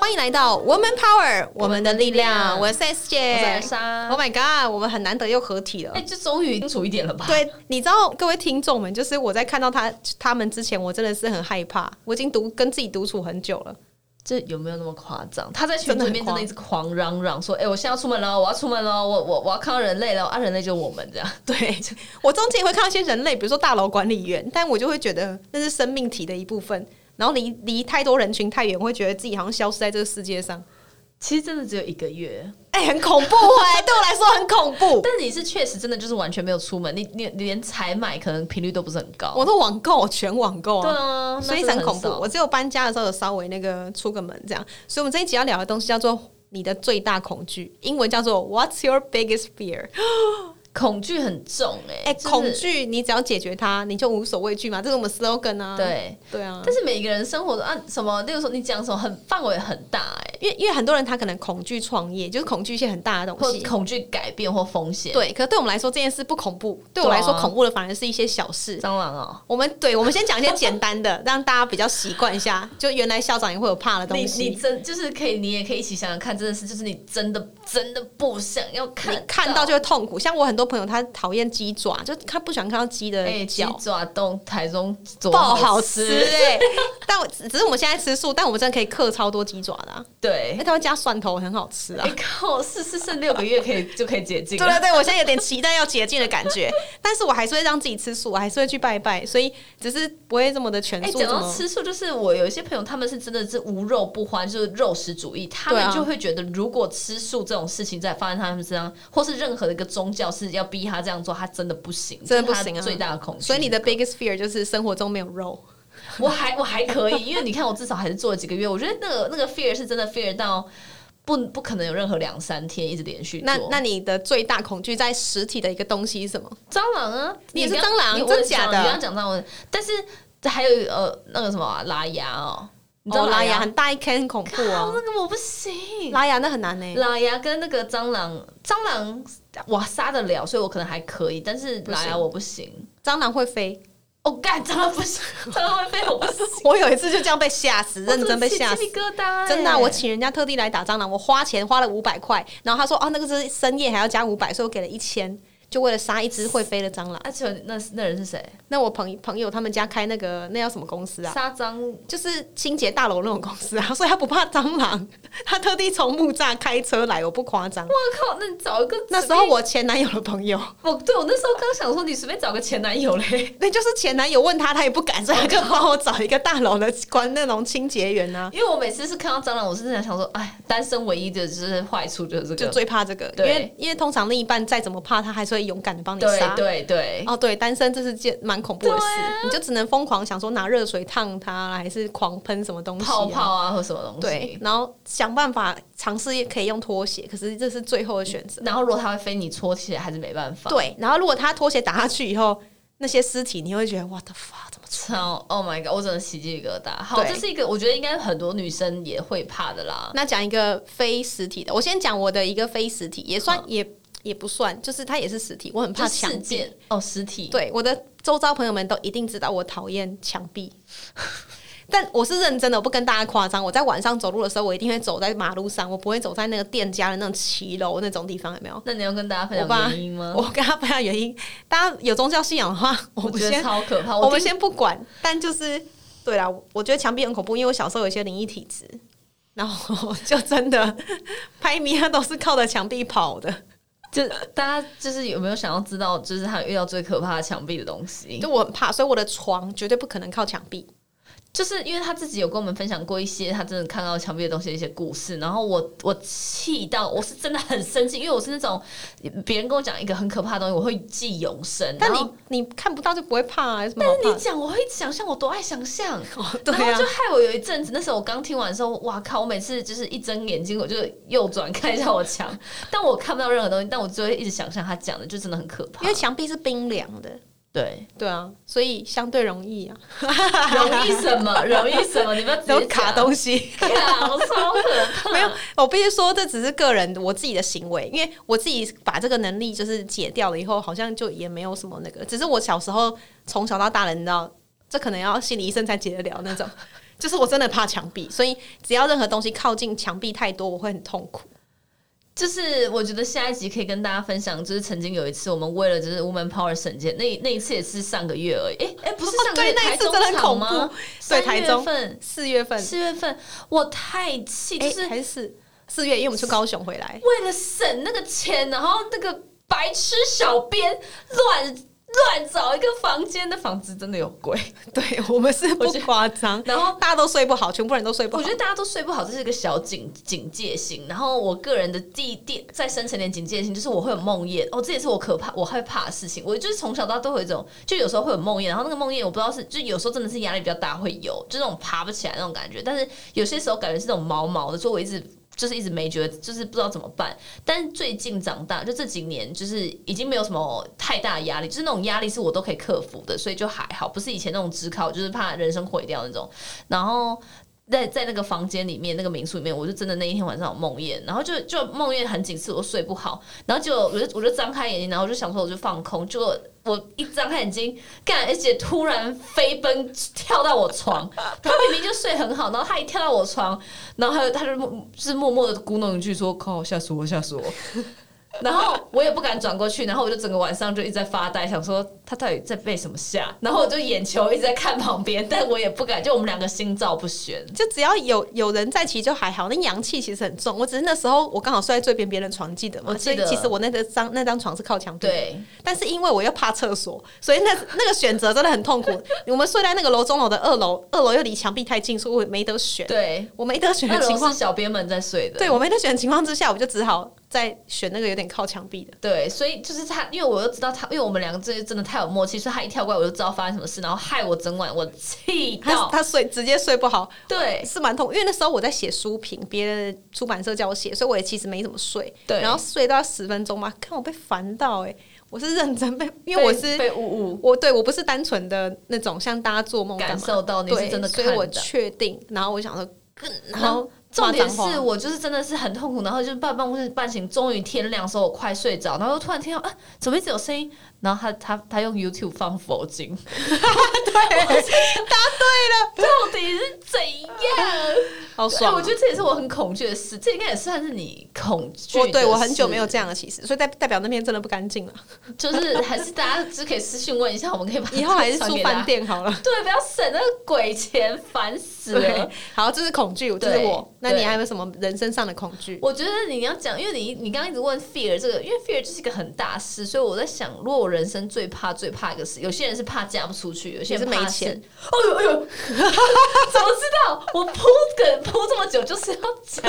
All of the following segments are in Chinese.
欢迎来到 Woman Power，我们的力量。我我是 S 我是姐艾莎，Oh my God，我们很难得又合体了哎、。这终于清楚一点了吧？，对，你知道各位听众们，就是我在看到他他们之前，我真的是很害怕。我已经独跟自己独处很久了，这有没有那么夸张？他在群组里面真的一直狂嚷嚷说：“哎、我现在要出门了，我要出门了，我我我要看到人类了啊！人类就是我们这样。对 我中间也会看到一些人类，比如说大楼管理员，但我就会觉得那是生命体的一部分。然后离离太多人群太远，我会觉得自己好像消失在这个世界上。”其实真的只有一个月，哎、很恐怖哎、对我来说很恐 怖。但你是确实真的就是完全没有出门，你你你连采买可能频率都不是很高。我都网购，全网购对啊，啊，所以那真很的恐怖。少我只有搬家的时候有稍微那个出个门这样。所以我们这一集要聊的东西叫 做你的最大恐惧，英文叫做 What's your biggest fear？恐惧很重哎、哎、就是恐惧你只要解决它，你就无所畏惧嘛，这是我们 slogan 啊。对。对啊，但是每个人生活的啊，什么，例如说你讲什么，很范围很大哎、因为因为很多人他可能恐惧创业，就是恐惧一些很大的东或西。恐惧改变或风险。，对，可是对我们来说这件事不恐怖，对我对啊来说恐怖的反而是一些小事。蟑螂哦、我们对，我们先讲一些简单的，让大家比较习惯一下。就原来校长也会有怕的东你西，你真就是可以，你也可以一起想想看，真的是就是你真的真的不想要看你看到就会痛苦。像我很多朋友，他讨厌鸡爪，就他不喜欢看到鸡的哎鸡脚，爪冻台中多爆好吃 吃，哎、但我只只是我们现在吃素，但我们真的可以克超多鸡爪的、啊，因对为，他会加蒜头，很好吃啊哎。靠，是是剩六个月可以就可以解禁对了。对对，我现在有点期待要解禁的感 觉，但是我还是会让自己吃素，我还是会去拜拜，所以只是不会这么的全哎，素。讲这到么吃素，就是我有一些朋友，他们是真的是无肉不欢，就是肉食主义，他对啊们就会觉得，如果吃素这种事情在发生在他们身上，或是任何的一个宗教是要逼他这样做，他真的不行，真的这是他不行啊最大的恐惧。所以你的 biggest fear 就是生活中没有肉， 我还我还可以，因为你看我至少还是做了几个月，我觉得那个那个 fear 是真的 fear 到不不可能有任何两三天一直连续做。那那你的最大恐惧在实体的一个东西是什么？蟑螂啊，你也是刚蟑螂你真我也是假蟑的螂你刚刚讲蟑螂，但是还有呃那个什么啊拉牙哦，你知道哦，拉牙牙？很大一坑，很恐怖哦，啊！那个我不行。拉牙那很难呢、欸拉牙跟那个蟑螂，蟑螂我杀得了，所以我可能还可以，但是不行拉牙我不行。蟑螂会飞，哦，干蟑螂 不行，蟑螂会飞，我不行，我有一次就这样被吓死，认真被我吓真死的起。鸡皮疙瘩欸、真的啊、我请人家特地来打蟑螂，我花钱花了五百块，然后他说哦，那个是深夜还要加五百，所以我给了一千，就为了杀一只会飞的 蟑螂。而且啊那那人是谁？那我朋朋友他们家开那个那叫什么公司啊？杀蟑就是清洁大楼那种公司啊，所以他不怕蟑螂， 他特地从木栅开车来，我不夸张。 我靠，那你找一个那时候我前男友的朋友， 我对我那时候刚想说，你随便找个前男友嘞，那就是前男友问他，他也不敢，所以他就帮我找一个大楼的关那种清洁员啊。 因为我每次是看到蟑螂，我是真的想说，哎，单身唯一的就是坏处就是这就个，最怕这个，因对为因为通常另一半再怎么怕，他还是会勇敢的帮你对杀。对对，哦，对，单身这是件蛮恐怖的事，对啊你就只能疯狂想说拿热水烫它，还是狂喷什么东西、泡泡。啊或什么东西，对，然后想办法尝试也可以用拖鞋，可是这是最后的选择。然后如果它会飞，你戳起来还是没办法，嗯对，然后如果他拖鞋打下去以后，那些尸体你会觉得我的发怎么出？超 Oh my God，我真的起鸡皮疙瘩。好，对这是一个我觉得应该很多女生也会怕的啦。那讲一个非实体的，我先讲我的一个非实体，也算、也也不算，就是它也是实体，我很怕就墙事壁。件哦，尸体对，我的周遭朋友们都一定知道我讨厌墙壁， 但我是认真的，我不跟大家夸张。我在晚上走路的时候，我一定会走在马路上，我不会走在那个店家的那种骑楼那种地方，有没有？那你要跟大家分我爸享原因吗？ 我跟他分享原因，大家有宗教信仰的话，我我们觉得先超可 怕。我我们听先不管，但就是对啦，我觉得墙壁很恐怖，因为我小时候有一些灵异体质，然后就真的 拍米亚都是靠着墙壁跑的。就大家就是有没有想要知道，就是他遇到最可怕的墙壁的东西？就我很怕，所以我的床绝对不可能靠墙壁。就是因为他自己有跟我们分享过一些他真的看到墙壁的东西的一些故事，然后我我气到我是真的很生气，因为我是那种别人跟我讲一个很可怕的东西，我会记永生。但然后你你看不到就不会怕啊，有什么但好是怕你的？讲，我会想象，我多爱想象。 哦然后就害我有一阵子，那时候我刚听完的时候，哇靠！我每次就是一睁眼睛，我就右转看一下我墙，但我看不到任何东西，但我就会一直想象他讲的，就真的很可怕。因为墙壁是冰凉的，对，对啊，所以相对容易啊，容易什么？容易什么？你们 有卡东西。卡， 我超可怕。没有，我必须说这只是个人我自己的行为，因为我自己把这个能力就是解掉了以后，好像就也没有什么那个，只是我小时候从小到大人，你知道，这可能要心理医生才解得了那种。 就是我真的怕墙壁，所以只要任何东西靠近墙壁太多，我会很痛苦。就是我觉得下一集可以跟大家分享，就是曾经有一次我们为了就是 Woman Power 省钱，那那一次也是上个月而已。哎、哎、不是上个月哦对那台一次中真的很场恐吗怖？对三台月中份、四月份，四月份，我太气，就哎、是还是四四月，因为我们去高雄回来，为了省那个钱，然后那个白痴小编乱乱找一个房间，那房子真的有 贵。 对我们是不夸张，然后大家都睡不好，全部人都睡不我好觉。得大家都睡不好，这是一个小警警戒心。然后我个人的第第再深层点警戒心，就是我会有梦魇。哦，这也是我可怕、我害怕的事情。我就是从小到大都会有一种，就有时候会有梦魇，然后那个梦魇我不知道是，就有时候真的是压力比较大会有，就那种爬不起来那种感觉。但是有些时候感觉是那种毛毛的，所以我一直。就是一直没觉得，就是不知道怎么办。但最近长大，就这几年，就是已经没有什么太大的压力，就是那种压力是我都可以克服的，所以就还好，不是以前那种只考，就是怕人生毁掉那种。然后在在那个房间里面，那个民宿里面，我就真的那一天晚上有梦魇，然后就就梦魇很几次，我睡不好，然后就我就我就张开眼睛，然后我就想说我就放空，结果我一张开眼睛，干而且突然飞奔跳到我床，他明明就睡很好，然后他一跳到我床，然后他就他就默就是默默的咕哝一句说靠吓死我吓死我。然后我也不敢转过去，然后我就整个晚上就一直在发呆，想说他到底在被什么吓。然后我就眼球一直在看旁边，但我也不敢，就我们两个心照不宣。就只要有有人在，其实就还好。那阳气其实很重。我只是那时候我刚好睡在最边边的床，啊记得吗？我记得所以其实我那个张那张床是靠墙壁，对，但是因为我又怕厕所，所以那那个选择真的很痛苦。我们睡在那个楼中楼的二楼，二楼又离墙壁太近，所以我没得选。对，我没得选二的情楼况，是小编们在睡的。对我没得选的情况之下，我就只好再选那个有点靠墙壁的。对，所以就是他，因为我又知道他，因为我们两个真真的太有默契，所以他一跳过来我就知道发生什么事，然后害我整晚我气他到。他睡直接睡不好，对是蛮痛，因为那时候我在写书评，别的出版社叫我写，所以我也其实没怎么睡。对，然后睡到十分钟嘛，看我被烦到哎、欸我是认真 被，因为我是被被误误我对我不是单纯的那种像大家做梦干感嘛，受到你是对真的所看以我到。确定，然后我想说，更然然后重点骂脏话是我就是真的是很痛苦，然后就是半办公室半醒，终于天亮的时候我快睡着，然后突然听到啊，怎么一直有声音？然后他他他用 YouTube 放佛经，对，答对 了，到底是怎样？ 好对，爽我啊、觉得这也是我很恐惧的事，这应该也算是你恐惧的我事。哦对我很久没有这样了，其实，所以代代表那边真的不干净了。就是还是大家只可以私信问一下，我们可以 把以后还是传住给大家饭。店好了。对，不要省那个鬼钱，烦死 了对。，好，这是恐惧，这是对我。那你对还有没有什么人身上的恐惧？我觉得你要讲，因为你你刚刚一直问 fear 这个，因为 fear 就是一个很大事，所以我在想，如果我人生最怕最怕一个事，有些人是怕嫁不出去，有些人你是怕没钱是。哎呦哎呦，怎么知道？我铺梗铺这么久就是要讲，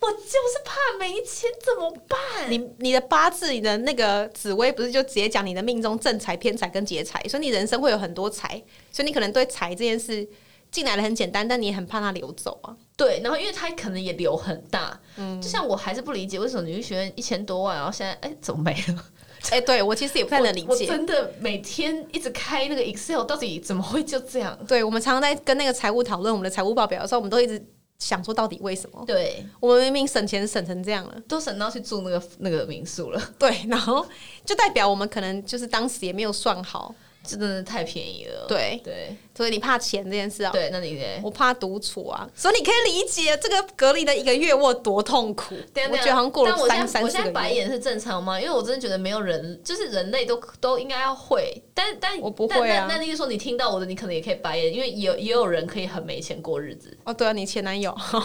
我就是怕没钱怎么办？你你的八字，你的那个紫薇不是就直接讲你的命中正财、偏财跟劫财，所以你人生会有很多财，所以你可能对财这件事进来的很简单，但你也很怕它流走 啊。对，然后因为他可能也流很大，嗯就像我还是不理解为什么女学院一千多万，然后现在哎怎么没 了？哎、对我其实也不太能理我我解。真的每天一直开那个 Excel，到底怎么会就这样？对，我们常常在跟那个财务讨论我们的财务报表的时候，我们都一直想说到底为什么对，我们明明省钱省成这样了，都省到去住那个那个民宿了， 对，然后就代表我们可能就是当时也没有算好，这真的太便宜了。对，对所以你怕钱这件事啊。对，那你呢？我怕独处啊，所以你可以理解这个隔离的一个月我有多痛苦。等一下我觉得好像过了啊但我三现在三我四现个在月白。眼是正常吗？因为我真的觉得没有人，就是人类都都应该要会，但但我不会啊但那那就是说你听到我的，你可能也可以白眼，因为也有也有人可以很没钱过日子。哦，对啊，你前男 友。像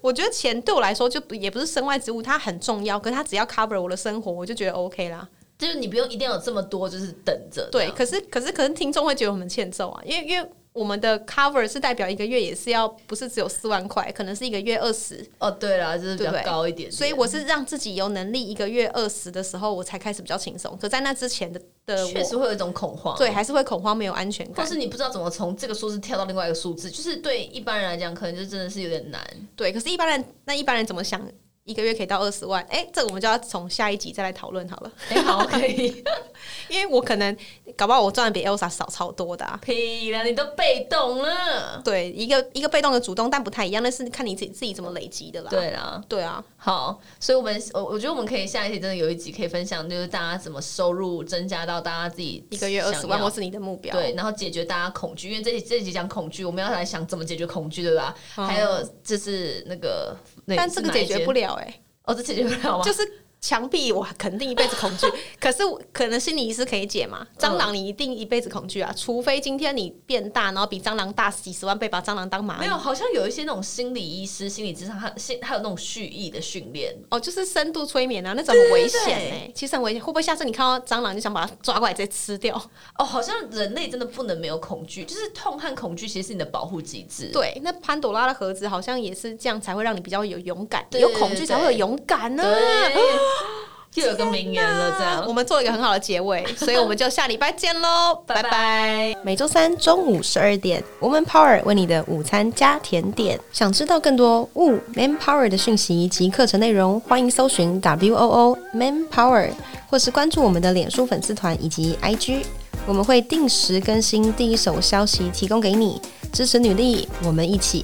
我觉得钱对我来说就不也不是身外之物，它很重要，可是它只要 cover 我的生活，我就觉得 OK 啦。就是你不用一定要有这么多，就是等着这对，样。可是可是可能听众会觉得我们欠揍啊，因为因为我们的 cover 是代表一个月也是要不是只有四万块，可能是一个月二十，哦，对啦，就是啊比较对不对高一点点所以我是让自己有能力一个月二十的时候，我才开始比较轻松。可在那之前的的确呃我，实会啊有一种恐慌，对，，还是会恐慌，没有安全或感。是你不知道怎么从这个数字跳到另外一个数字，就是对一般人来讲，可能就真的是有点 难。对，可是一般人那一般人怎么想？一个月可以到二十万，哎、这个我们就要从下一集再来讨论好了。哎、好，可以，因为我可能搞不好我赚的比 Elsa 少超多的、啊。屁啦，你都被动了。对，一个一个被动的主动，但不太一样，那是看你自己自己怎么累积的啦。对啦，对啊，好，所以我们我我觉得我们可以下一期真的有一集可以分享，就是大家怎么收入增加到大家自己一个月二想十万要或是你的目标。嗯对，然后解决大家恐惧，因为这这一集讲恐惧，我们要来想怎么解决恐惧，对吧？嗯还有就是那个，那但这个是哪解一决间不了哎、哦，这解决不了吗？就是墙壁，我肯定一辈子恐惧。可是我可能心理医师可以解嘛？蟑螂你一定一辈子恐惧啊，除非今天你变大，然后比蟑螂大几十万倍，把蟑螂当蚂没蚁有，。好像有一些那种心理医师、心理智商，他心还有那种蓄意的训练，哦，就是深度催眠啊，那种很危险对对哎、其实很危险。会不会下次你看到蟑螂就想把它抓过来直接吃 掉？哦，好像人类真的不能没有恐惧，就是痛和恐惧其实是你的保护机制。对，那潘朵拉的盒子好像也是这样，才会让你比较有勇敢，对有恐惧才会有勇敢呢、对，又有个名言了，这样我。们做了一个很好的结尾，所以我们就下礼拜见喽，拜 拜拜。拜。每周三中午十二点，Woman Power 为你的午餐加甜点。想知道更多 Wo Man Power 的讯息及课程内容，欢迎搜寻 W O O Man Power，或是关注我们的脸书粉丝团以及 IG。我们会定时更新第一手消息，提供给你支持女力，我们一起